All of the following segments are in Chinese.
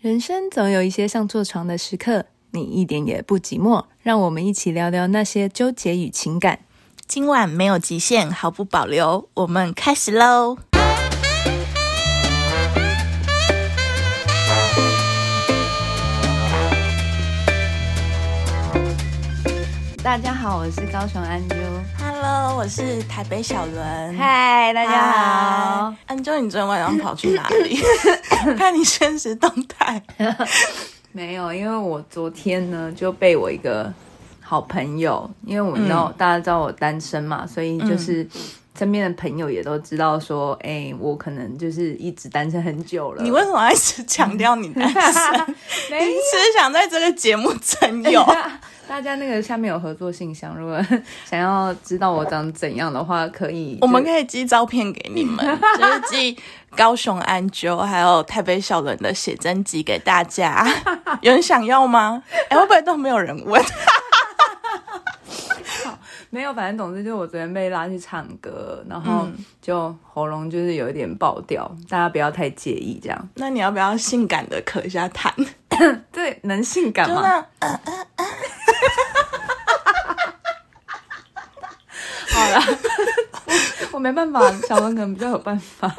人生总有一些像坐床的时刻，你一点也不寂寞。让我们一起聊聊那些纠结与情感。今晚没有极限，毫不保留，我们开始喽！大家好，我是高雄安啾。 Hello，我是台北小伦。嗨，大大家好。，安啾，你昨天晚上跑去哪 里？看你现实动态。没有，因为我昨天呢就被我一个好朋友，因为我知道、大家知道我单身嘛，所以就是身边的朋友也都知道说，哎、我可能就是一直单身很久了。你为什么要一直强调你单 身？没你是不是想在这个节目真有？大家那个下面有合作信箱，如果想要知道我长怎样的话，可以我们就可以寄照片给你们， 就是寄高雄安啾还有台北小伦的写真集给大家。有人想要吗？哎、会不会都没有人问？没有，反正总之就是我昨天被拉去唱歌，然后就喉咙就是有一点爆掉，大家不要太介意这样。那你要不要性感的咳一下 痰？对，能性感就吗？那好了，我没办法，小文可能比较有办法。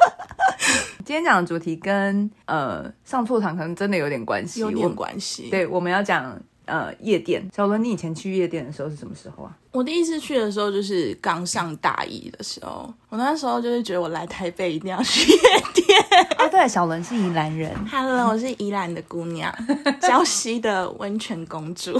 今天讲的主题跟呃上错场可能真的有点关系，有我点们关系。对，我们要讲呃夜店。小文，你以前去夜店的时候是什么时候啊？我第一次去的时候就是刚上大一的时候，我那时候就是觉得我来台北一定要去夜 店。 啊，对，小文是宜兰人， Hello，我是宜兰的姑 娘，礁溪的温泉公主。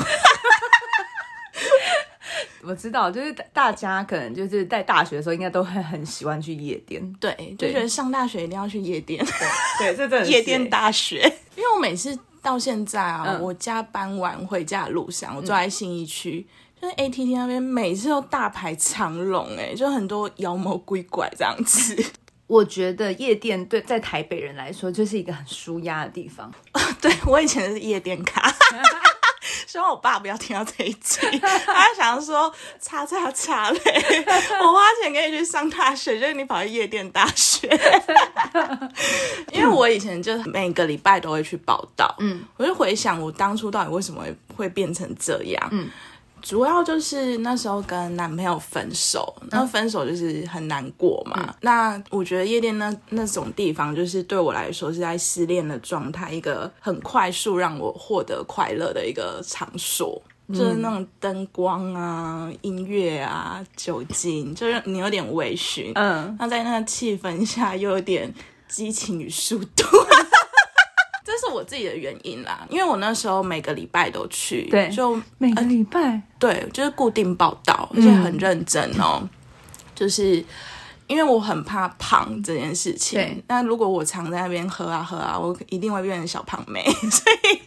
我知道，就是大大家可能就是在大学的时候，应该都会很喜欢去夜店。 对，就对觉得上大学一定要去夜店， 对，这真的是夜店大学。因为我每次到现在啊，嗯我加班完回家的路上，我坐在信义区。就是 ATT 那边每次都大排长龙，哎，就很多妖魔鬼怪这样子。我觉得夜店对在台北人来说就是一个很舒压的地方。 对我以前是夜店咖， 希望我爸不要听到这一集， 他想说叉叉叉嘞， 我花钱给你去上大学，就是你跑去夜店大学。因为我以前就每个礼拜都会去报道，嗯，我就回想我当初到底为什么会会变成这样，嗯。主要就是那时候跟男朋友分手，那分手就是很难过嘛。那我觉得夜店那那种地方，就是对我来说是在失恋的状态，一个很快速让我获得快乐的一个场所。就是那种灯光啊、音乐啊、酒精，就是你有点微醺，嗯，那在那个气氛下又有点激情与速度， 这是我自己的原因啦。因为我那时候每个礼拜都去，对就每个礼拜，对，就是固定报道，而且很认真哦。就是因为我很怕胖这件事对情，那如果我常在那边喝啊喝啊，我一定会变成小胖妹， 所以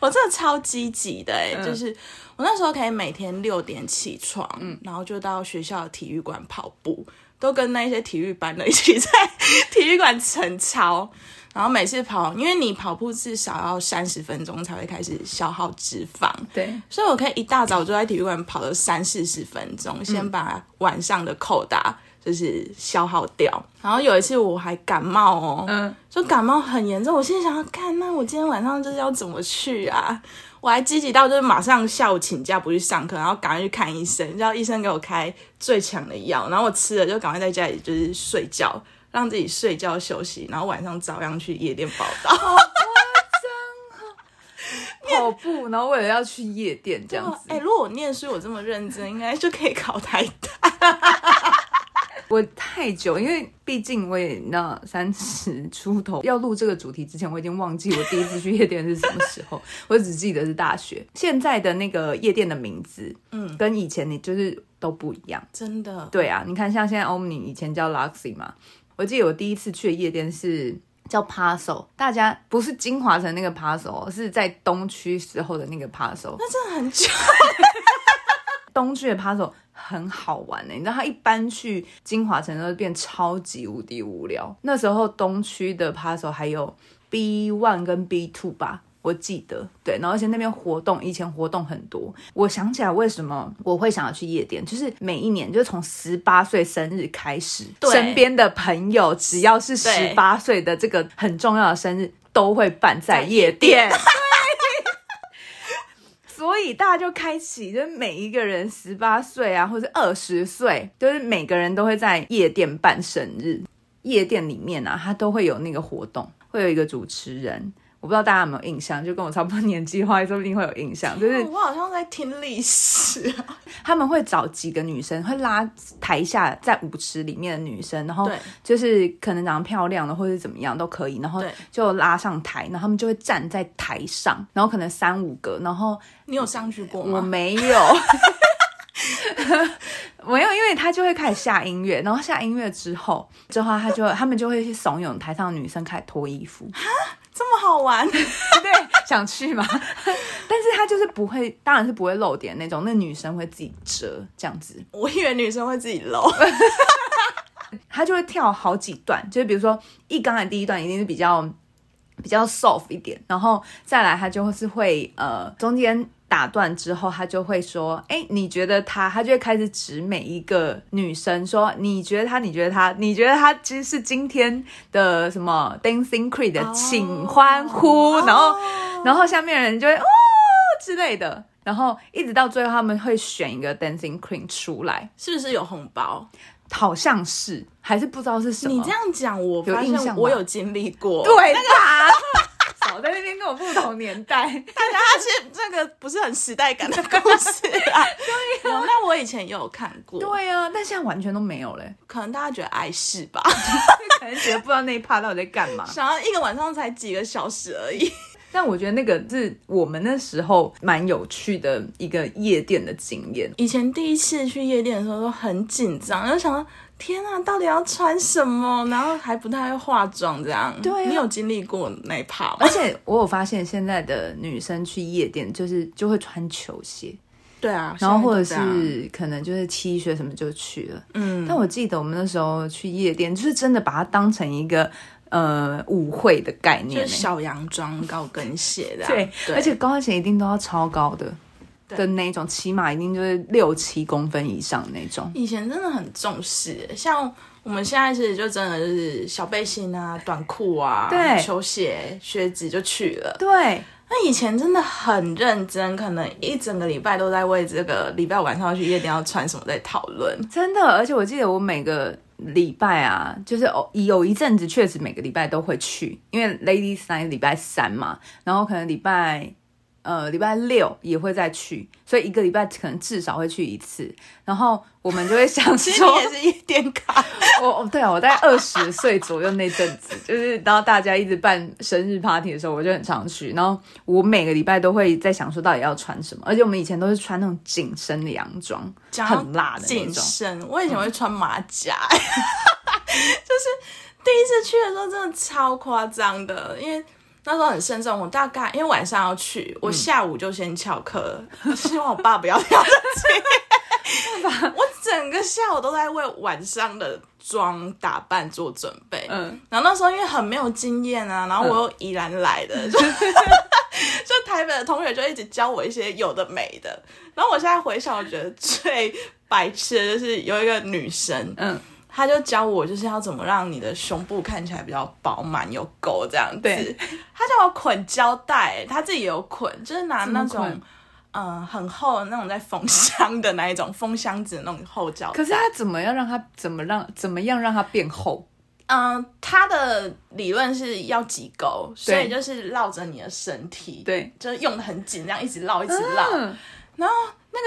我真的超积极的嗯哎、就是我那时候可以每天六点起床，嗯然后就到学校的体育馆跑步，都跟那些体育班的一起在 体育馆晨操。然后每次跑，因为你跑步至少要三十分钟才会开始消耗脂肪，对，所以我可以一大早就在体育馆跑了三四十分嗯钟，先把晚上的扣打就是消耗掉。然后有一次我还感冒哦，嗯，就感冒很严重，我心里想要看，那我今天晚上就是要怎么去啊？我还积极到就是马上下午请假不去上课，然后赶快去看医生，叫医生给我开最强的药，然后我吃了就赶快在家里就是睡觉，让自己睡觉休息，然后晚上照样去夜店报道。跑步，然后为了要去夜店这样哦子。哎、如果我念书我这么认真，应该就可以考台大。我太久，因为毕竟我也那三十出头，要录这个主题之前，我已经忘记我第一次去夜店是什么时 候，我只记得是大学。现在的那个夜店的名字，嗯，跟以前你就是都不一样。真的，对啊，你看像现在 Omni 以前叫 Luxy 嘛，我记得我第一次去的夜店是叫 Paso，大家不是金华城那个 Paso，是在东区时候的那个 Paso。那真的很久。东区的 Paso 很好玩欸呢、你知道它一般去金华城都会变超级无敌无聊。那时候东区的 Paso 还有 B One 跟 B Two 吧。我记得，对，然后而且那边活动以前活动很多，我想起来为什么我会想要去夜店，就是每一年就是从十八岁生日开始，对身边的朋友只要是十八岁的这个很重要的生日，都会办在夜店。 所以大家就开启，就是每一个人十八岁啊，或者二十岁，就是每个人都会在夜店办生日。夜店里面啊，它都会有那个活动，会有一个主持人。我不知道大家有没有印象，就跟我差不多年纪的话，说不定会有印象。就是 我好像在听历史、啊，他们会找几个女生，会拉台下在舞池里面的女生，然后对就是可能长得漂亮的或者怎么样都可以，然后对就拉上台，然后他们就会站在台上，然后可能三五个，然后你有上去过我吗？没有， 没有，因为他就会开始下音乐，然后下音乐之后，之后他就他们就会去怂恿台上的女生开始脱衣服， 这么好玩， 对，想去吗？ 但是他就是不会，当然是不会露点那种，那女生会自己折这样子，我以为女生会自己搂。 他就会跳好几段，就是比如说一刚才第一段一定是比较比较 soft 一点，然后再来他就是会呃中间打断之后，他就会说，哎、你觉得他，他就会开始指每一个女生说，你觉得他，你觉得他，你觉得他其实是今天的什么 Dancing Creed 的，哦请欢呼，然后然后下面人就会哦之类的。然后一直到最后，他们会选一个 Dancing Queen 出来，是不是有红包？好像是还是不知道是什么。你这样讲，我有发印象现吗我有经历过。，对吧？ 少在那边跟我不同年代。大家是这个不是很时代感的故 事啊。 对那我以前也有看过。，对啊，但现在完全都没有嘞，可能大家觉得碍事吧， 可能觉得不知道那一趴到底在干嘛。想要一个晚上才几个小时而已。 但我觉得那个是我们那时候蛮有趣的一个夜店的经验。以前第一次去夜店的时候都很紧张，就想到天啊，到底要穿什么？然后还不太会化妆，这样。对啊你有经历过那一趴吗而？且我有发现，现在的女生去夜店就是就会穿球鞋，对啊，然后或者现在都这样是可能就是 T 恤什么就去了。嗯，但我记得我们那时候去夜店，就是真的把它当成一个呃舞会的概就念、是欸，小洋装、高跟鞋的啊。对，对而且高跟鞋一定都要超高的对的那一种，起码一定就是六七公分以上那种。以前真的很重视，像我们现在其实就真的就是小背心啊、短裤啊、对球鞋、靴子就去了。对，那以前真的很认真，可能一整个礼拜都在为这个礼拜晚上要去夜店要穿什么在讨论。真的，而且我记得我每个礼拜啊，就是哦有一阵子确实每个礼拜都会去，因为 Ladies Night 礼拜三嘛，然后可能礼拜。呃，礼拜六也会再去，所以一个礼拜可能至少会去一次。然后我们就会 想其实你说，也是夜店咖，我哦，对啊，我在二十岁左右那阵子，就是然后大家一直办生日 party 的时候，我就很常去。然后我每个礼拜都会在想说到底要穿什么，而且我们以前都是穿那种紧身的洋装，讲到很辣的那健种。嗯身，我以前会穿马甲， 就是第一次去的时候真的超夸张的，因为。那时候很慎重，我大概因为晚上要去，嗯我下午就先翘课了， 希望我爸不要了 解。我整个下午都在为晚上的妆打扮做准备。嗯，然后那时候因为很没有经验啊，然后我又宜兰来的，就就台北的同学就一直教我一些有的没的。然后我现在回想，我觉得最白痴的就是有一个女生，嗯，她就教我就是要怎么让你的胸部看起来比较饱满有沟这样对子。她叫我捆胶带，她自己也有捆，就是拿么那种捆。嗯，很厚的那种在封箱的那一种封箱子的那种厚胶带，可是他怎么样让他怎么让怎么样让他变厚？嗯，它的理论是要挤钩，所对以就是绕着你的身体，，对，就是用的很紧，这样一直绕，一直绕。嗯，那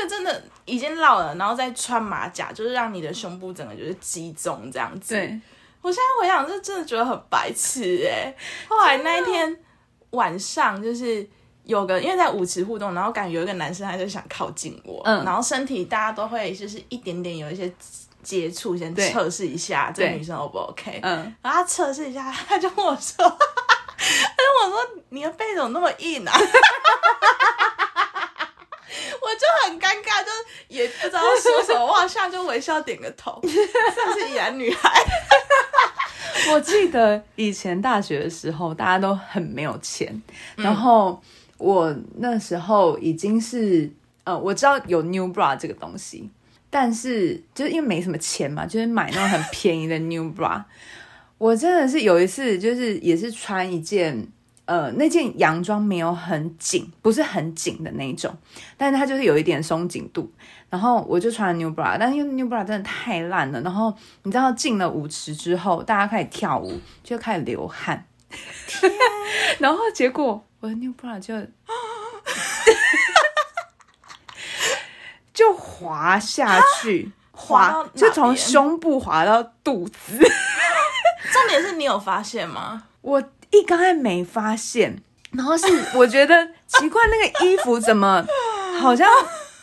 个真的已经绕了，然后再穿马甲，就是让你的胸部整个就是集中这样子。对，我现在回想，这真的觉得很白痴哎、后来那一天晚上，就是有个因为在舞池互动，然后感觉有一个男生他就想靠近我，嗯然后身体大家都会就是一点点有一些接触，先对测试一下这个对女生 O 不 OK，嗯，然后他测试一下， 他就跟我说，他就跟我说你的背怎么那么硬啊？ 我就很尴尬，就也不知道说什么，我好像就微笑点个头，算是演女孩。 我记得以前大学的时候，大家都很没有钱，然后我那时候已经是呃，我知道有 New Bra 这个东西，但是就是因为没什么钱嘛，就是买那种很便宜的 New Bra。我真的是有一次，就是也是穿一件呃，那件洋装没有很紧，不是很紧的那一种，但是它就是有一点松紧度。然后我就穿 New Bra，但是因为 New Bra 真的太烂了。然后你知道进了舞池之后，大家开始跳舞，就开始流汗。 然后结果我的 New Bra 就 就滑下去，滑滑到就哪从边胸部滑到肚子。重点是你有发现吗？我一刚才没发现，然后是我觉得奇怪，那个衣服怎么好像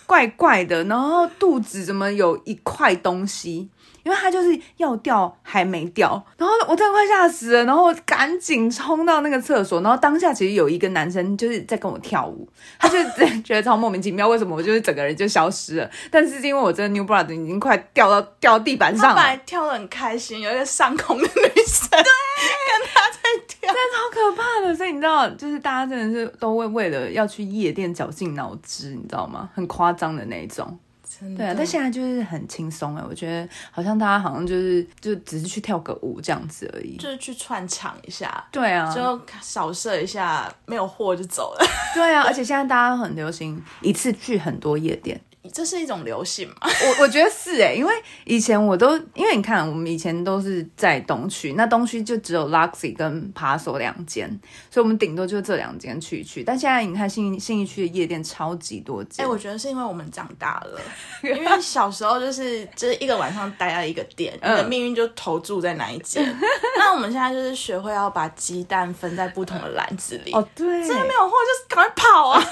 怪怪的，然后肚子怎么有一块东西？因为它就是要掉还没掉，然后我真的快吓死了，然后我赶紧冲到那个厕所，然后当下其实有一个男生就是在跟我跳舞，他就觉得超莫名其妙，为什么我就是整个人就消失了？但是是因为我真的 New Bra 已经快掉到掉到地板她上本了，来跳的很开心，有一个上空的女生，对，啊跟她在跳，超可怕的，所以你知道，就是大家真的是都会为了要去夜店绞尽脑汁，你知道吗？很夸张的那一种。真对啊，但现在就是很轻松哎，我觉得好像大家好像就是就只是去跳个舞这样子而已。就是去串场一下，对啊，就扫射一下，没有货就走了， 对啊，而且现在大家很流行一次去很多夜 店，这是一种流行嘛？我我觉得是哎，因为以前我都因为你看我们以前都是在东区，那东区就只有 Luxy 跟 Paso 两间，所以我们顶多就这两间去一去。但现在你看信义信义区的夜店超级多哎、间，我觉得是因为我们长大 了，因为小时候就是就是一个晚上待在一个店，嗯你的命运就投注在哪一 间。那我们现在就是学会要把鸡蛋分在不同的篮子里。哦，对，真的没有货，就是赶快跑啊！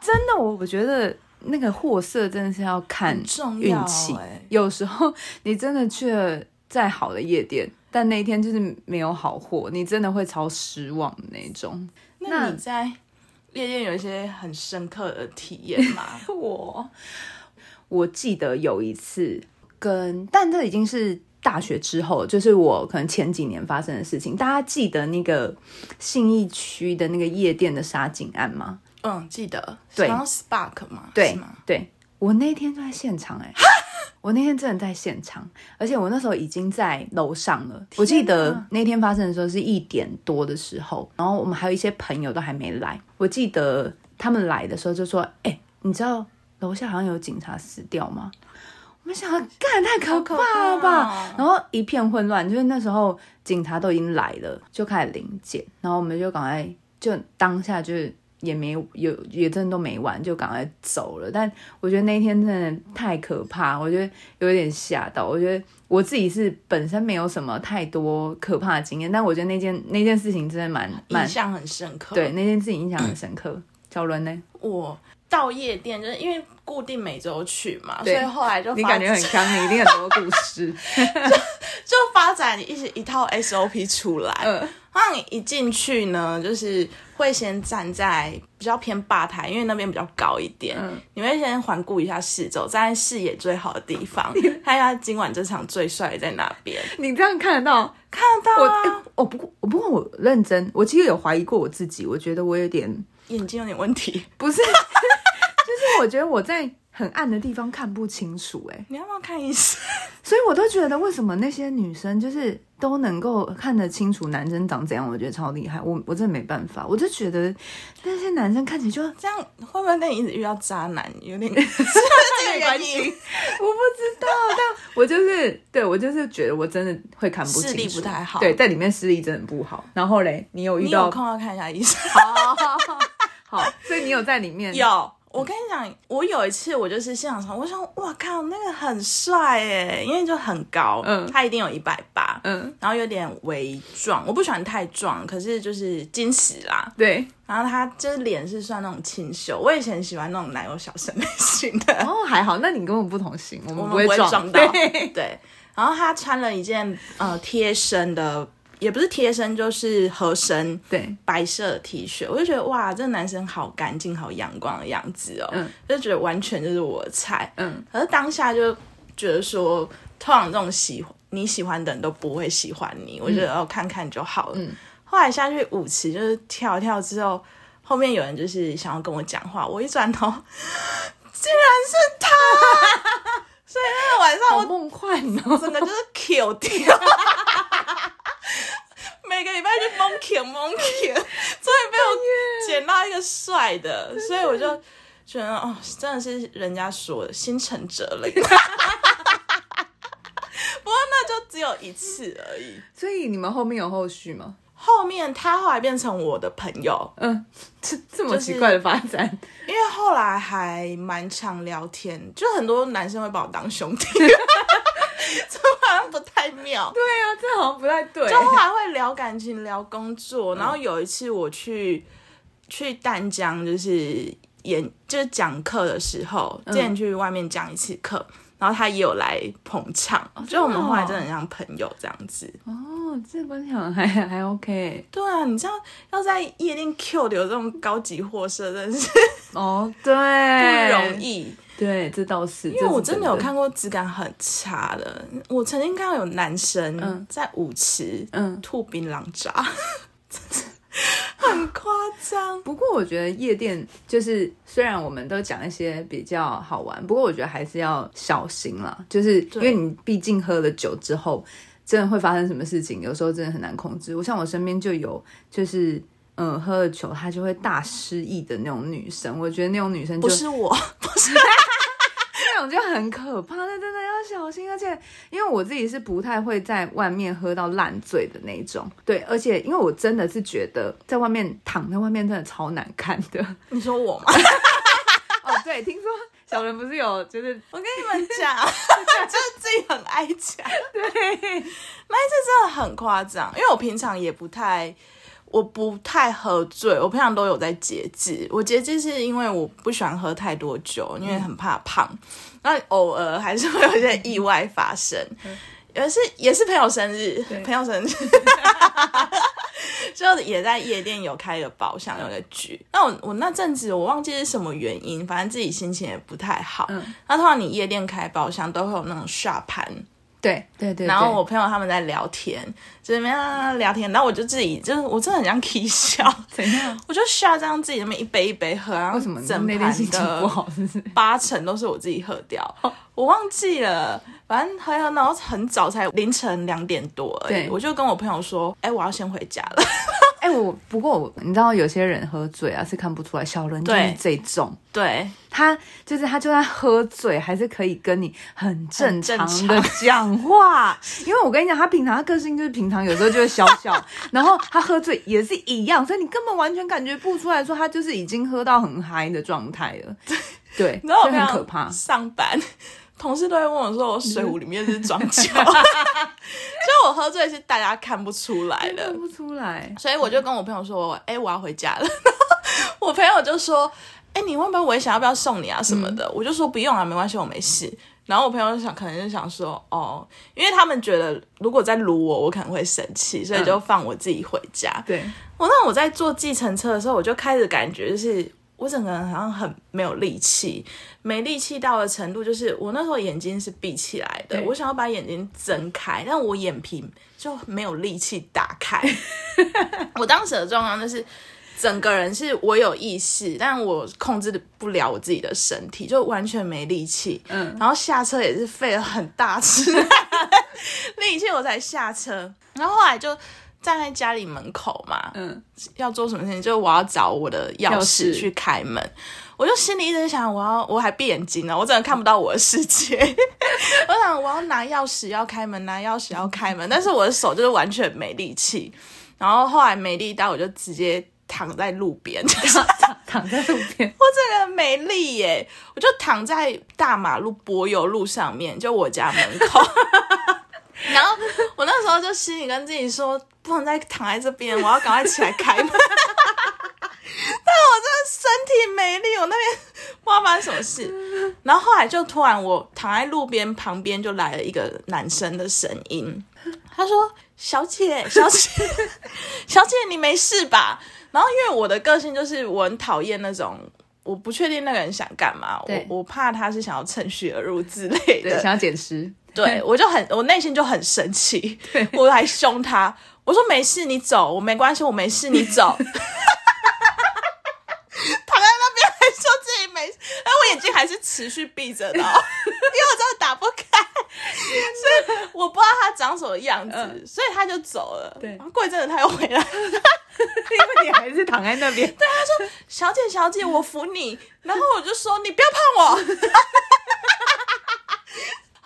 真的，我我觉得那个货色真的是要看重运要气。哎有时候你真的去了再好的夜店，但那一天就是没有好货，你真的会超失望的 那种。那你在夜店有一些很深刻的体验 吗？我我记得有一次跟，但这已经是大学之后，就是我可能前几年发生的事情。大家记得那个信义区的那个夜店的杀警案吗？嗯，记得，对然后 Spark 嘛，是对吗？对，我那天就在现场哎、我那天真的在现场，而且我那时候已经在楼上了。我记得那天发生的时候是一点多的时候，然后我们还有一些朋友都还没来。我记得他们来的时候就说：“哎、你知道楼下好像有警察死掉吗？”我们想要干太可可怕了吧，怕然后一片混乱，就是那时候警察都已经来了，就开始临检，然后我们就赶快就当下就是也没有也真的都没玩，就赶快走了。但我觉得那一天真的太可怕，我觉得有点吓到。我觉得我自己是本身没有什么太多可怕的经验，但我觉得那件那件事情真的蛮蛮印象很深刻。对，那件事情印象很深刻。小伦呢？我到夜店就是因为固定每周去嘛，所对以后来就你发感觉很刚，你一定很多故事。就发展一些一套 SOP 出来。嗯那你一进去呢，就是会先站在比较偏吧台，因为那边比较高一点。嗯你会先环顾一下四周，站在视野最好的地方，看一下今晚这场最帅在哪边。 你这样看得到看得 到我、啊，欸我不过我不过我认真，我其实有怀疑过我自己，我觉得我有点眼睛有点问题，不 是，就是我觉得我在很暗的地方看不清楚、欸，哎，你要不要看医生？所以我都觉得为什么那些女生就是都能够看得清楚男生长怎样，我觉得超厉害，我我真的没办法，我就觉得那些男生看起来就这样会不会跟你一直遇到渣男有 点是不是这个原因？我不知道，但我就是对我就是觉得我真的会看不清楚，视力不太好对，在里面视力真的不好。然后嘞，你有遇你有到空要看一下医生？好，所以你有在里面有，我跟你讲，我有一次我就是现场唱，我想，哇靠，那个很帅哎，因为就很高，嗯他一定有一百八，嗯，然后有点微壮，我不喜欢太壮，可是就是惊喜啦。对。然后他就是脸是算那种清秀，我以前喜欢那种奶油小生类型的， 哦，还好，那你跟我不同型，我们我不们不会撞撞 到，对。然后他穿了一件呃贴身的，也不是贴身，就是合身， 对，白色的 T 恤，我就觉得哇，这男生好干净、好阳光的样子哦，嗯就觉得完全就是我的菜。嗯，可是当下就觉得说，通常这种喜欢你喜欢的人都不会喜欢你，我觉得、哦看看就好了。后来下去舞池就是跳一跳之后，后面有人就是想要跟我讲话，我一转头， 竟然是他， 所以那个晚上我 好梦幻哦。整个就是 Q 掉。每个个礼拜就蒙恬蒙恬，终于被我捡到一个帅的，所以我就觉得哦，真的是人家说的心诚则灵。不过那就只有一次而已。所以你们后面有后续吗？后面他后来变成我的朋友，嗯，这这么就是奇怪的发展，因为后来还蛮常聊天，就很多男生会把我当兄弟， 这好像不太妙。对啊，这好像不太对嗯就后来会聊感情、聊工作，然后有一次我去去淡江，就是演就是讲课的时候，嗯之前去外面讲一次课，然后他也有来捧场，就我们后来真的很像朋友这样子。哦，这关系好像还还 OK 对啊，你知道要在夜店 Q 流这种高级货色，真的是哦，对，不不容，易。对，这倒是，因因为我真的有看过质感很差的，我曾经看到有男生在舞池嗯吐槟榔渣，很夸张。不过我觉得夜店就是，虽然我们都讲一些比较好玩，不过我觉得还是要小心啦，就是因为你毕竟喝了酒之后，真的会发生什么事情，有时候真的很难控制。我像我身边就有，就是嗯，喝了酒她就会大失忆的那种女生，我觉得那种女生就不是我， 那种就很可怕，那真的要小心。而且，因为我自己是不太会在外面喝到烂醉的那种，对。而且，因为我真的是觉得在外面躺在外面真的超难看 的。你说我吗？哦，对，听说小人不是有就是我跟你们讲， 就是自己很爱讲，对，那一次真的很夸张。因为我平常也不太，我不太喝醉，我平常都有在节制。我节制是因为我不喜欢喝太多酒，因为很怕胖。那偶尔还是会有一些意外发生，也是也是朋友生日嗯对，朋友生日。就也在夜店有开个包厢，有个局。那我我那阵子我忘记是什么原因，反正自己心情也不太好。嗯那通常你夜店开包厢都会有那种下盘，对对对。然后我朋友他们在聊天，就是那边啊聊天，然后我就自己就是我真的很像 K 笑，怎样？我就笑这样自己那么一杯一杯喝，然后为什么你整那天盘心情的不好？是哦不是？八成都是我自己喝掉，我忘记了，反正喝一喝，然后很早才凌晨两点多而已，对我就跟我朋友说，哎、我要先回家了。 哎、我不过我你知道有些人喝醉啊是看不出来，小人就是对这种。 对，他就是他，就算喝醉，还是可以跟你很正常很的正讲话。因为我跟你讲，他平常他个性就是平常，有时候就会小小， 然后他喝醉也是一样，所以你根本完全感觉不出来说他就是已经喝到很嗨的状态了。对，然后所我以平很常可怕。上班，同事都会问我说，我水壶里面是装 酒，就我喝醉是大家看不出来的看。不出来，所以我就跟我朋友说，哎、我要回家了。 然后我朋友就说，哎、你会不会危险？要不要送你啊什么的？嗯我就说不用啊，没关系，我没事。然后我朋友就想，可能就想说，哦，因为他们觉得如果再撸我，我可能会生气，所以嗯就放我自己回家。对，我哦那我在坐计程车的时候，我就开始感觉就是我整个人好像很没有力气，没力气到的程度，就是我那时候眼睛是闭起来的，对我想要把眼睛睁开，但我眼皮就没有力气 打开。我当时的状况就是。整个人是我有意识，但我控制不了我自己的身体，就完全没力气。嗯然后下车也是费了很大气 力气，我才下车。然后后来就站在家里门口嘛，嗯，要做什么事情，就是我要找我的钥钥匙匙去开门。我就心里一直想，我要我还闭眼睛呢，我真的看不到我的世界。 我想我要拿钥匙要开门，拿钥匙要开门，但是我的手就是完全没力气。然后后来没力到，我就直接躺在路边， 就是躺在路边，我这个没力耶，我就躺在大马路柏油路上面，就我家门口。 然后我那时候就心里跟自己说，不能再躺在这边，我要赶快起来开门。但我 真的身体没力，我那边不知道发生什么事。然后后来就突然我躺在路边旁边就来了一个男生的声音，他说：“小姐，小姐。” 小姐，你没事吧？然后因为我的个性就是我很讨厌那种，我不确定那个人想干嘛，对我我怕他是想要趁虚而入之类对，的。想要捡尸，对，我就很，我内心就很生气，我还凶他，我说没事，你走，我没关系，我没事，你走。 躺在那边还说自己没事，哎，我眼睛还是 持续闭着的、哦，因为我真的打不开，所以我不知道他长什么的样子，嗯所以他就走了。对然后过一阵子他又回来， 因为你还是躺在那 边。对，小姐小姐，我扶你。然后我就说你不要碰我。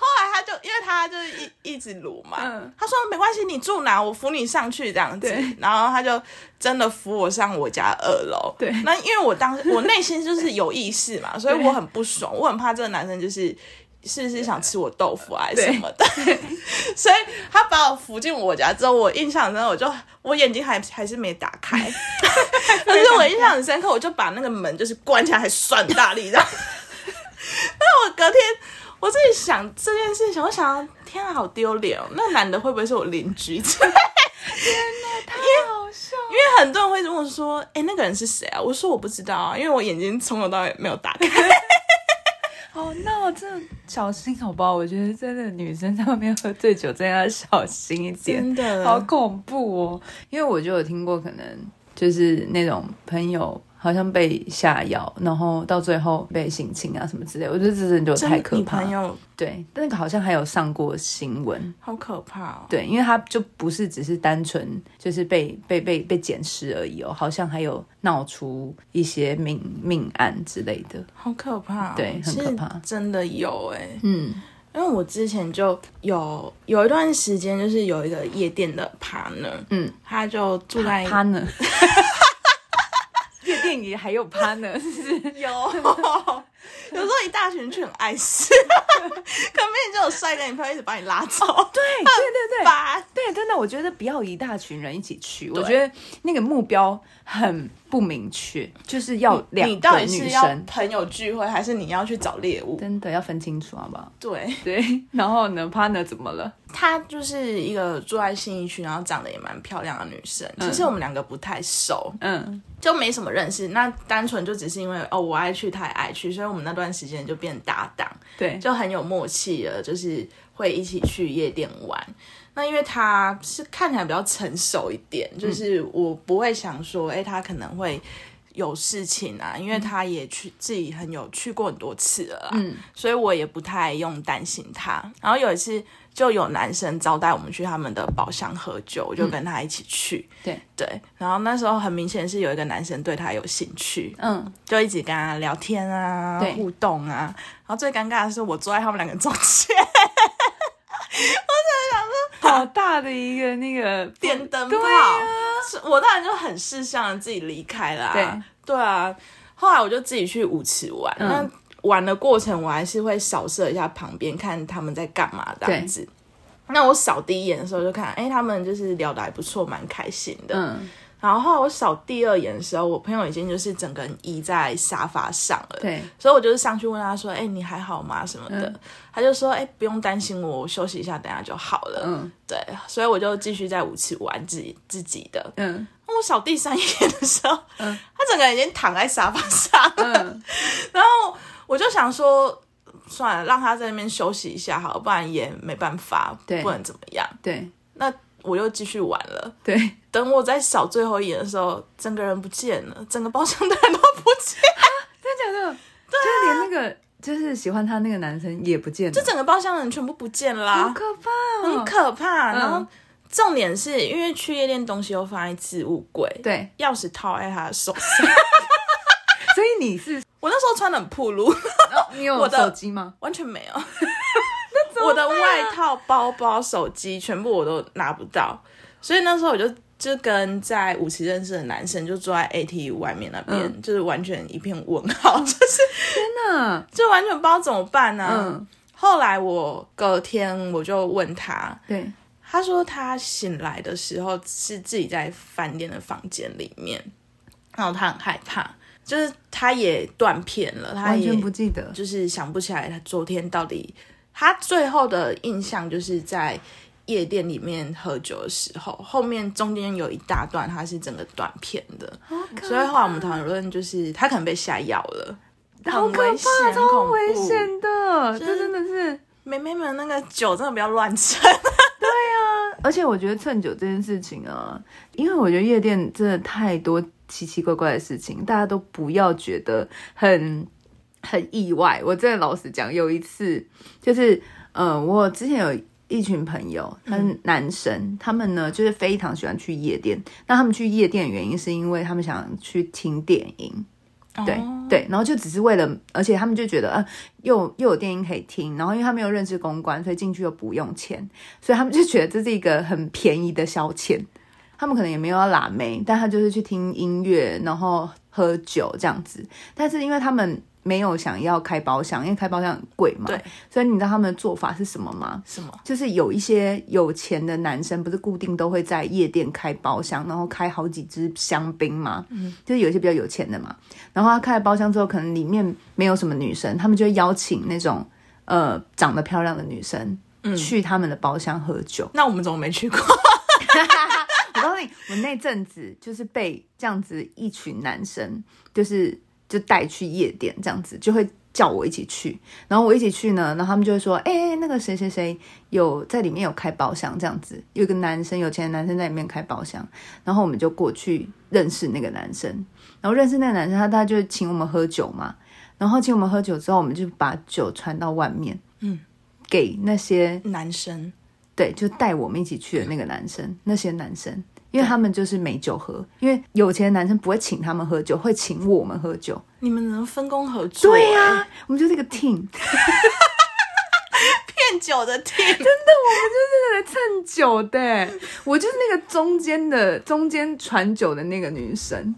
后来他就因为他就是一一直撸嘛，嗯他说没关系，你住哪我扶你上去这样子对。然后他就真的扶我上我家二楼。对那因为我当时我内心就是有意识嘛，所以哎我很不爽，我很怕这个男生就是。是是想吃我豆腐啊还是什么的， 所以他把我扶进我家之后，我印象很深，我就我眼睛还还是没打 开，可是我印象很深刻，我就把那个门就是关起来，还算大力这样。 那我隔天我自己想这件事情，我想天啊，好丢脸哦！那男的会不会是我邻居？ 因太好笑了。为很多人会问我说：“哎、那个人是谁啊？”我说：“我不知道啊，因为我眼睛从头到尾没有打开。哦，那我真的小心好不好？我觉得真的女生在外面喝醉酒真的要小心一点，真的好恐怖哦。因为我就有听过，可能就是那种朋友好像被下药，然后到最后被性侵啊什么之类，我觉得这真的就真太的可你怕朋。友对，那个好像还有上过新闻。好可怕哦！对，因为他就不是只是单纯就是被被被被捡尸而已哦，好像还有闹出一些命命案之类的。好可怕、哦，对很可怕是真的有哎、嗯，因为我之前就有有一段时间，就是有一个夜店的 partner，嗯，他就住在趴 呢？夜店里还有趴呢，是不是？ 有， 有时候一大群人去很碍事， 可明显就有帅哥女朋友一直把你拉走，哦对对对对烦。对，真的，我觉得不要一大群人一起去，我觉得那个目标很不明确，就是要哦两你到个底女是要生，嗯朋友聚会，还是你要去找猎物？真的要分清楚，好不好？ 对，对，然后呢，趴呢怎么了？她就是一个住在信义区，然后长得也蛮漂亮的女生。其实我们两个不太熟，嗯，就没什么认识。那单纯就只是因为哦，我爱去，她也爱去，所以我们那段时间就变搭档。对，就很有默契了，就是会一起去夜店玩。那因为他是看起来比较成熟一点，就是我不会想说，哎、他可能会有事情啊，因为他也去自己很有去过很多次了啦，嗯所以我也不太用担心他。然后有一次就有男生招待我们去他们的包厢喝酒，我就跟他一起去，嗯对对。然后那时候很明显是有一个男生对他有兴趣， 嗯，就一直跟他聊天啊对，互动啊。然后最尴尬的是，我坐在他们两个 中间，好大的一个那个电灯泡，对啊，是我当然就很识相的自己离开了、啊。对，啊。后来我就自己去舞池玩，嗯那玩的过程我还是会扫射一下旁边，看他们在干嘛这样对子。那我扫第一眼的时候就看，哎、他们就是聊得还不错，蛮开心的。嗯，然后后来我扫第二眼的时候，我朋友已经就是整个人倚在沙发上了。对，所以我就是上去问他说：“哎、你还好吗？什么的。嗯他就说：“哎、不用担心我，我休息一下，等下就好了。嗯对，所以我就继续在舞池玩自己自己的。 嗯那我扫第三眼的时候，嗯他整个人已经躺在沙发上了，嗯，然后我就想说，算了，让他在那边休息一下好了，不然也没办法，对不能怎么样。对那我又继续玩了。 对，等我在扫最后一眼的时候，整个人不见了，整个包厢的人都不见了真的假的？啊就是连那个就是喜欢他那个男生也不见就了，整个包厢的人全部不见了啊、好可怕哦，很可怕。嗯然后重点是因为去夜店东西都放在置物柜，对，钥匙套在他的手上。 所以你是我那时候穿的很暴露， 你有哦我的手机吗？完 全没有。我啊的外套、包包、手机全部我都拿不到，所以那时候我就就跟在舞池认识的男生就坐在 AT 外面那边，嗯就是完全一片问号， 就是天哪，就完全不知道怎么办呢、嗯，后来我隔天我就问他，对，他说他醒来的时候是自己在饭店的房间里面，然后他很害怕，就是他也断片了，他完也全不记得。就是想不起来他昨天到底。他最后的印象就是在夜店里面喝酒的时候，后面中间有一大段他是整个断片的，所以后来我们讨论就是他可能被下药了。好很可危怕，险超很恐危怖险的，这真的是。妹妹们，那个酒真的不要乱吃。而且我觉得蹭酒这件事情啊，因为我觉得夜店真的太多奇奇怪怪的事情，大家都不要觉得很很意外。我真的老实讲，有一次就是，呃，我之前有一群朋友，他是男生，他们呢就是非常喜欢去夜店。那他们去夜店的原因是因为他们想去听电音，对、哦对，然后就只是为了，而且他们就觉得，呃，又又有电音可以听，然后因为他们又认识公关，所以进去又不用钱，所以他们就觉得这是一个很便宜的消遣。他们可能也没有要拉妹，但他就是去听音乐，然后喝酒这样子。但是因为他们没有想要开包厢，因为开包厢很贵嘛，对，所以你知道他们的做法是什么吗？什么？就是有一些有钱的男生，不是固定都会在夜店开包厢，然后开好几支香槟嘛，嗯，就是有一些比较有钱的嘛。然后他开了包厢之后，可能里面没有什么女生，他们就会邀请那种呃长得漂亮的女生，去他们的包厢喝酒。那我们怎么没去过？ 我告诉你，我那阵子就是被这样子一群男生，就是就带去夜店这样子，就会叫我一起去。然后我一起去呢，然后他们就会说：“哎、那个谁谁谁有在里面有开包厢这样子，有一个男生有钱的男生在里面开包厢。”然后我们就过去认识那个男生，然后认识那个男生，他他就请我们喝酒嘛。然后请我们喝酒之后，我们就把酒传到外面，嗯，给那些男生对，就带我们一起去的那个男生，那些男生，因为他们就是没酒喝，因为有钱的男生不会请他们喝酒，会请我们喝酒。你们能分工合作、欸对呀、我们就是一个 team，骗酒的天，来蹭酒的。我就是那个中间的中间传酒的那个女生。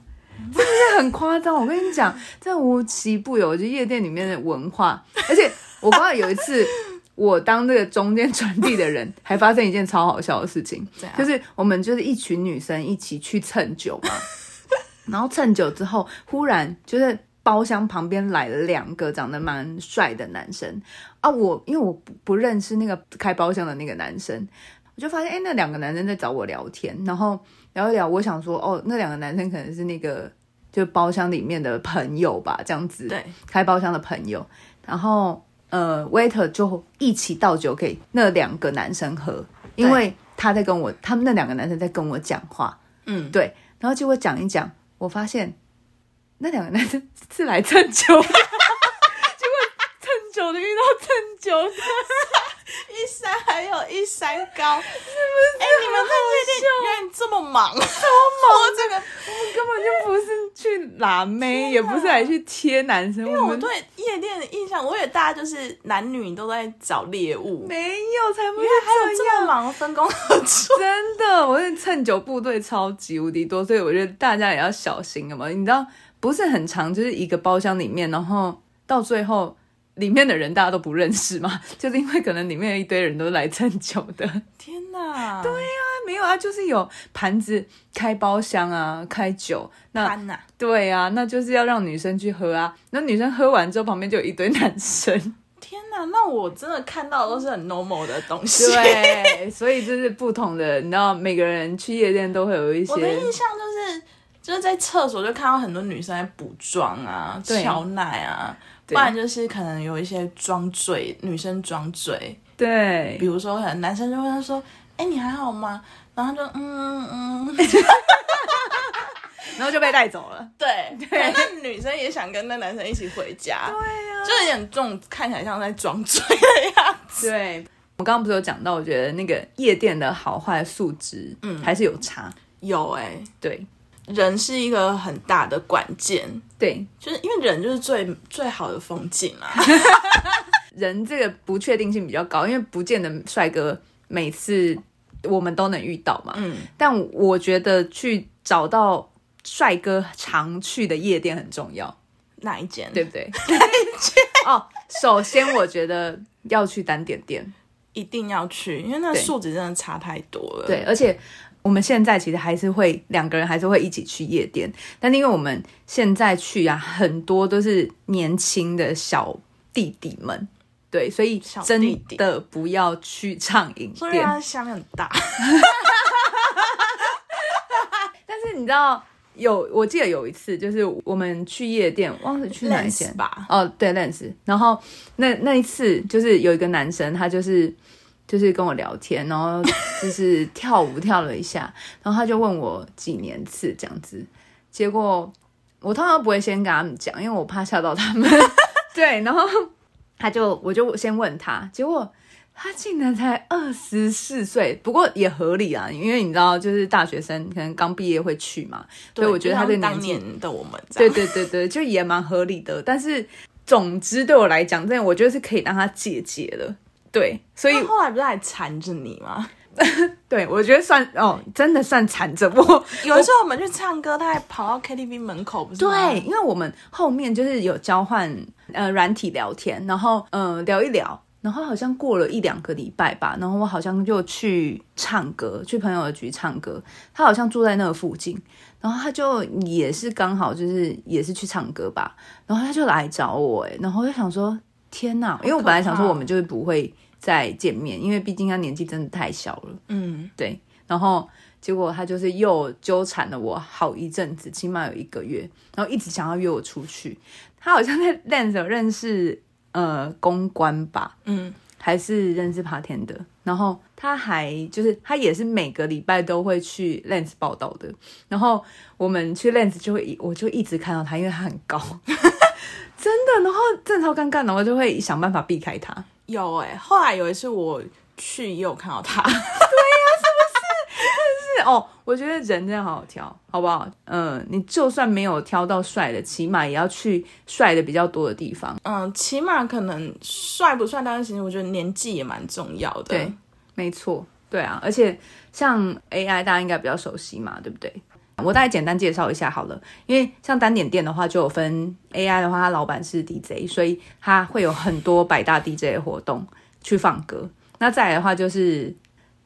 真的是很夸张，我跟你讲，这无奇不有，就夜店里面的文化。而且我刚才有一次，我当这个中间传递的人，还发生一件超好笑的事情怎样，就是我们就是一群女生一起去蹭酒嘛，然后蹭酒之后，忽然就是包厢旁边来了两个长得蛮帅的男生啊我，因为我不不认识那个开包厢的那个男生，我就发现哎、诶那两个男生在找我聊天，然后聊一聊，我想说哦，那两个男生可能是那个就包厢里面的朋友吧，这样子，对，开包厢的朋友，然后呃，waiter 就一起倒酒给那两个男生喝，因对为他在跟我，他们那两个男生在跟我讲话，嗯，对，然后结果讲一讲，我发现那两个男生 是来蹭酒的，结果蹭酒的遇到蹭酒的， 一山还有一山高，是不是？哎、你们在夜店原来这么忙，超 忙！这个，根本就不是去拉妹，也不是来去贴男生，因为我我们对夜店的印象，我以为大家就是男女都在找猎物，原没有，才不是来还有这这么样。忙分工合作。真的，我是蹭酒部队超级无敌多，所以我觉得大家也要小心了嘛。你知道，不是很长，就是一个包厢里面，然后到最后里面的人大家都不认识嘛，就是因为可能里面有一堆人都是来蹭酒的。天哪，对，没有啊，就是有盘子开包厢啊，开酒。那安呐，对啊，那就是要让女生去喝啊。那女生喝完之后，旁边就有一堆男生。天哪，那我真的看到的都是很 normal 的东西。 对，所以就是不同的，你知道，每个人去夜店都会有一我的些。印象就是。就是在厕所就看到很多女生在补妆啊、对乔奶啊，不对然就是可能有一些装醉，女生装醉，对比，如说，可能男生就会说：“哎、你还好吗？”然后他就嗯嗯，然后就被带走了。对 对。那女生也想跟那男生一起回家，对啊呀、就有点这种看起来像在装醉的样子。对，我刚刚不是有讲到，我觉得那个夜店的好坏素质，嗯，还是有差。 有哎、对人是一个很大的关键，对，就是因为人就是最最好的风景啊。 人这个不确定性比较高，因为不见得帅哥每次我们都能遇到嘛。嗯，但我觉得去找到帅哥常去的夜店很重要，哪一间？对，不 对？哦，首先我觉得要去单点店，一定要去，因为那对素质真的差太多了。对，，而且我们现在其实还是会两个人还是会一起去夜店，但是因为我们现在去啊，很多都是年轻的小弟弟们，对，所以小弟真弟的不要去畅饮所以店。它下面很大。但是你知道，有我记得有一次，就是我们去夜店，忘了去哪一间 Lens 吧哦，对，Lens。然后那那一次，就是有一个男生，他就是就是跟我聊天，然后就是跳舞跳了一下，然后他就问我几年次这样子，结果我通常不会先跟他们讲，因为 我怕吓到他们。对，然后他就我就先问他，结果他竟然才二十四岁，不过也合理啊，因为你知道，就是大学生可能刚毕业会去嘛，所以我觉得他这就个像当年纪，年的我们这对样，对对对，就也蛮合理的。但是总之对我来讲，这我觉得是可以让他姐姐的，对，所以他后来不是还缠着你吗？对我觉得算哦，真的算缠着我。有一次我们去唱歌，他还跑到 KTV 门口，不是吗对，因为我们后面就是有交换呃软体聊天，然后呃聊一聊，然后好像过了一两个礼拜吧，然后我好像就去唱歌，去朋友的局唱歌，他好像住在那个附近，然后他就也是刚好就是也是去唱歌吧，然后他就来找我、哎，然后我就想说天哪，因为我本来想说我们就是不会再见面，因为毕竟他年纪真的太小了。嗯，对，然后结果他就是又纠缠了我好一阵子，起码有一个月，然后一直想要约我出去。他好像在 Lens 有认识呃公关吧，嗯，还是认识 p a t e n 的。然后他还就是他也是每个礼拜都会去 Lens 报道的。然后我们去 Lens 就会一我就一直看到他，因为他很高， 真的。然后真的超尴尬的，我就会想办法避开他。有哎、后来有一次我去也有看到他，是哦，我觉得人真的好好挑，好不好？嗯，你就算没有挑到帅的，起码也要去帅的比较多的地方。嗯，起码可能帅不帅，但是其实我觉得年纪也蛮重要的。对，没错，对啊。而且像 AI，大家应该比较熟悉嘛，对不对？我大概简单介绍一下好了，因为像单点店的话，就有分 AI 的话，它老板是 DJ，所以它会有很多百大 DJ 的活动去放歌。那再来的话就是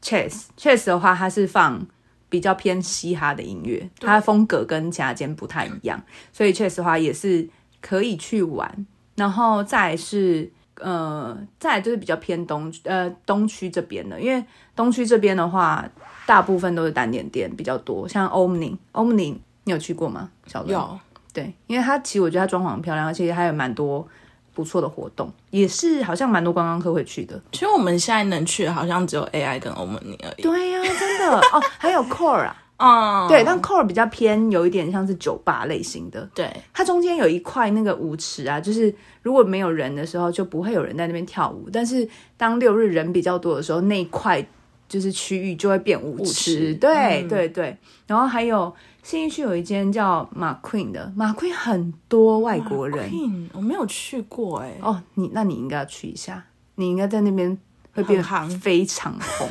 Chess，Chess 的话，它是放比较偏嘻哈的音乐，它的风格跟其他间不太一样，所以 Chess 的话也是可以去玩。然后再来是呃，再来就是比较偏东呃东区这边的，因为东区这边的话，大部分都是单点店比较多，像 Omni，Omni 你有去过吗？小伦有对，因为它其实我觉得它装潢很漂亮，而且它有蛮多不错的活动，也是好像蛮多观光客会去的。其实我们现在能去的好像只有 AI 跟欧盟尼而已。对呀、真的哦，还有 Core 啊，嗯，对，但 Core 比较偏有一点像是酒吧类型的，对，它中间有一块那个舞池啊，就是如果没有人的时候，就不会有人在那边跳舞。但是当六日人比较多的时候，那一块就是区域就会变舞舞池。池对、嗯对对。然后还有信义区有一间叫马 queen 的，马 queen 很多外国人 Queen，我没有去过哎、哦。你那你应该要去一下，你应该在那边会变很夯非常红。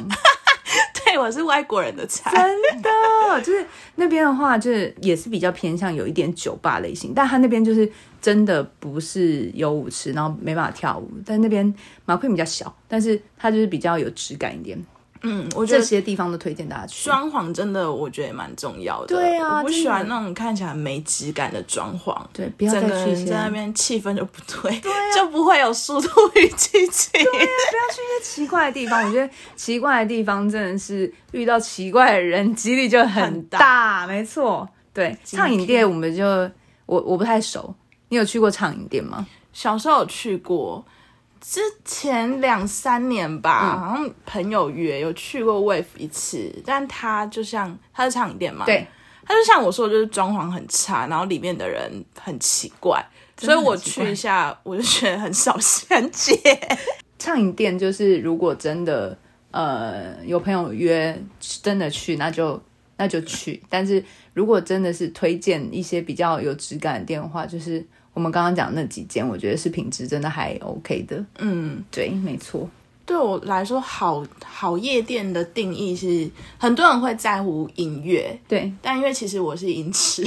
对，我是外国人的菜。真的， 就是那边的话，就是也是比较偏向有一点酒吧类型，但他那边就是真的不是有舞池，然后没办法跳舞。但那边马奎比较小，但是它就是比较有质感一点。嗯，我觉这得些地方都推荐大家去。装潢真的，我觉得也蛮重要的。对啊我不真的喜欢那种看起来没质感的装潢。对，不要再整个去一人些，在那边气氛就不对，啊 就不会有速度与激情。奇怪的地方，我觉得奇怪的地方真的是遇到奇怪的人几率就很很大，大没错。对，今畅饮天店我们就我我不太熟，你有去过畅饮店吗？小时候有去过，之前两三年嗯吧，好像朋友约有去过 Wave 一次，但他就像他是唱饮店嘛，，，他就像我说的，就是装潢很差，然后里面的人很奇怪，真的所以很我奇怪去一下，我就觉得很少 衔接。畅饮店就是如果真的呃有朋友约真的去，那就那就去。但是如果真的是推荐一些比较有质感的店的话，就是我们刚刚讲的那几间，我觉得是品质真的还 OK 的。嗯，对，没错，对我来说，好好夜店的定义是，很多人会在乎音乐，对但因为其实我是音痴，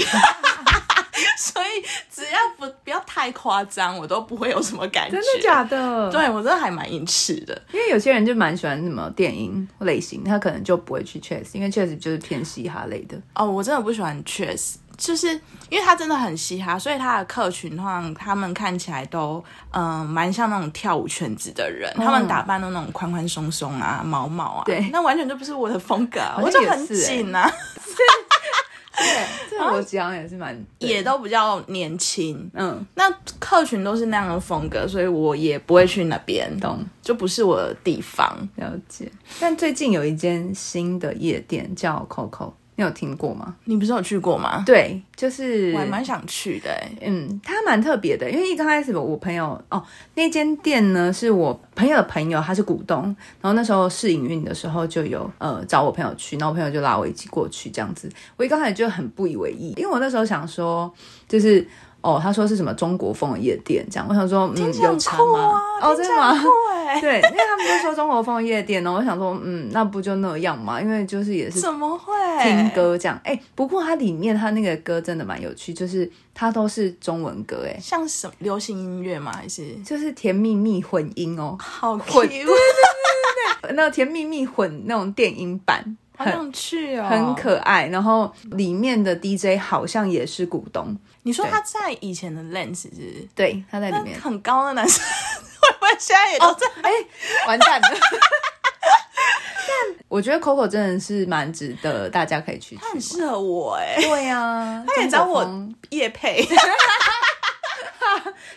所以只要不不要太夸张，我都不会有什么感觉。真的假的？，对我真的还蛮音痴的。因为有些人就蛮喜欢什么电影类型，他可能就不会去 Chase，因为 Chase 就是偏嘻哈类的。哦，我真的不喜欢 Chess，就是因为他真的很嘻哈，所以他的客群通常他们看起来都嗯蛮、像那种跳舞圈子的人，他们打扮都那种宽宽松松啊、毛毛啊，嗯对那完全就不是我的风格、啊，好我像就也很是欸紧啊，这个逻辑好像也是蛮也都比较年轻。嗯那客群都是那样的风格，所以我也不会去那边，懂。就不是我的地方。了解，但最近有一间新的夜店叫 Coco，你有听过吗？你不是有去过吗？对，就是我还蛮想去的、欸，嗯，它蛮特别的，因为一刚开始我朋友哦，那间店呢是我朋友的朋友，他是股东，然后那时候试营运的时候就有呃找我朋友去，然后我朋友就拉我一起过去这样子，我一刚开始就很不以为意，因为我那时候想说就是。哦，他说是什么中国风的夜店这样，我想说，嗯，听起来有很差酷吗啊？！哦，听真起的来吗很？酷哎、 对，因为他们就说中国风夜店，然后我想说，嗯，那不就那样嘛，因为就是也是怎么会听？歌这样。哎、不过它里面它那个歌真的蛮有趣，就是它都是中文歌，哎，像什么流行音乐吗？还是就是甜蜜蜜混音哦， 好混 cute，那甜蜜蜜混那种电音版。好很想去哦，很。可爱，然后里面的 DJ 好像也是股东，你说他在以前的 Lens 是不是对，他在里面，很高的男生， 会不会现在也都在？哎、完蛋 了。 但我觉得 Coco 真的是蛮值得大家可以去去他很玩。适合我哎、对呀、 啊，他也找我夜配，因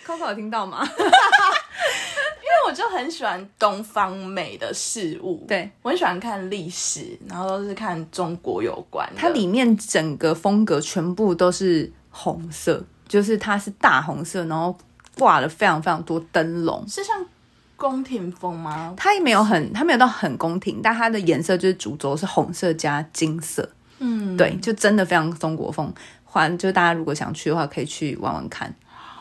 ，Coco 有听到吗？为我就很喜欢东方美的事物。对，我很喜欢看历史，然后都是看中国有关 的。它里面整个风格全部都是红色，就是它是大红色，然后挂了非常非常多灯笼。是像宫廷风吗？它也没有很，它没有到很宫廷，但它的颜色就是主轴是红色加金色，嗯，对，就真的非常中国风。欢，就大家如果想去的话，可以去玩玩看。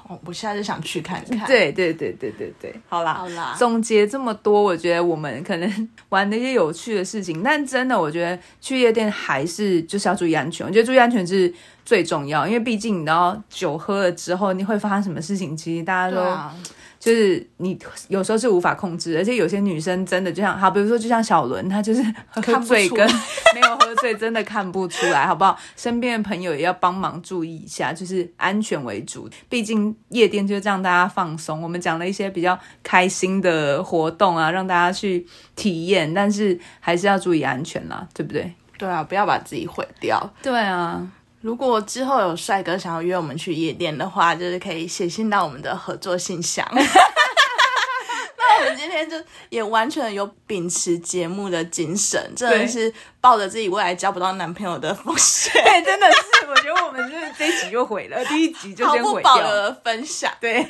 哦我现在就想去看看。，对对对对对对，好啦，好啦，总结这么多，我觉得我们可能玩的一些有趣的事情，但真的，我觉得去夜店还是就是要注意安全。我觉得注意安全是最重要，因为毕竟你知道酒喝了之后，你会发生什么事情，其实大家对都、啊，就是你有时候是无法控制的，而且有些女生真的就像好，比如说就像小伦，她就是喝看不醉出跟 没有喝醉真的看不出来，好不好？身边的朋友也要帮忙注意一下，就是安全为主，毕竟夜店就是让大家放松。我们讲了一些比较开心的活动啊，让大家去体验，但是还是要注意安全啦，对不对？对啊，不要把自己毁掉。对啊，如果之后有帅哥想要约我们去夜店的话，就是可以写信到我们的合作信箱。 那我们今天就也完全有秉持节目的精神，真的对是抱着自己未来交不到男朋友的风险，对，哎真的是，我觉得我们就是这一集就毁了，第一集就毫先不毁保掉留。的分 享。对，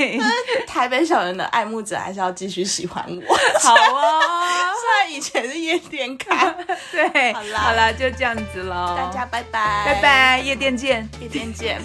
台北小人的爱慕者还是要继续喜欢 我，好哦。虽然以前是夜店 开，对，好啦好啦，就这样子喽，大家拜拜，拜，拜，夜店见。夜店见。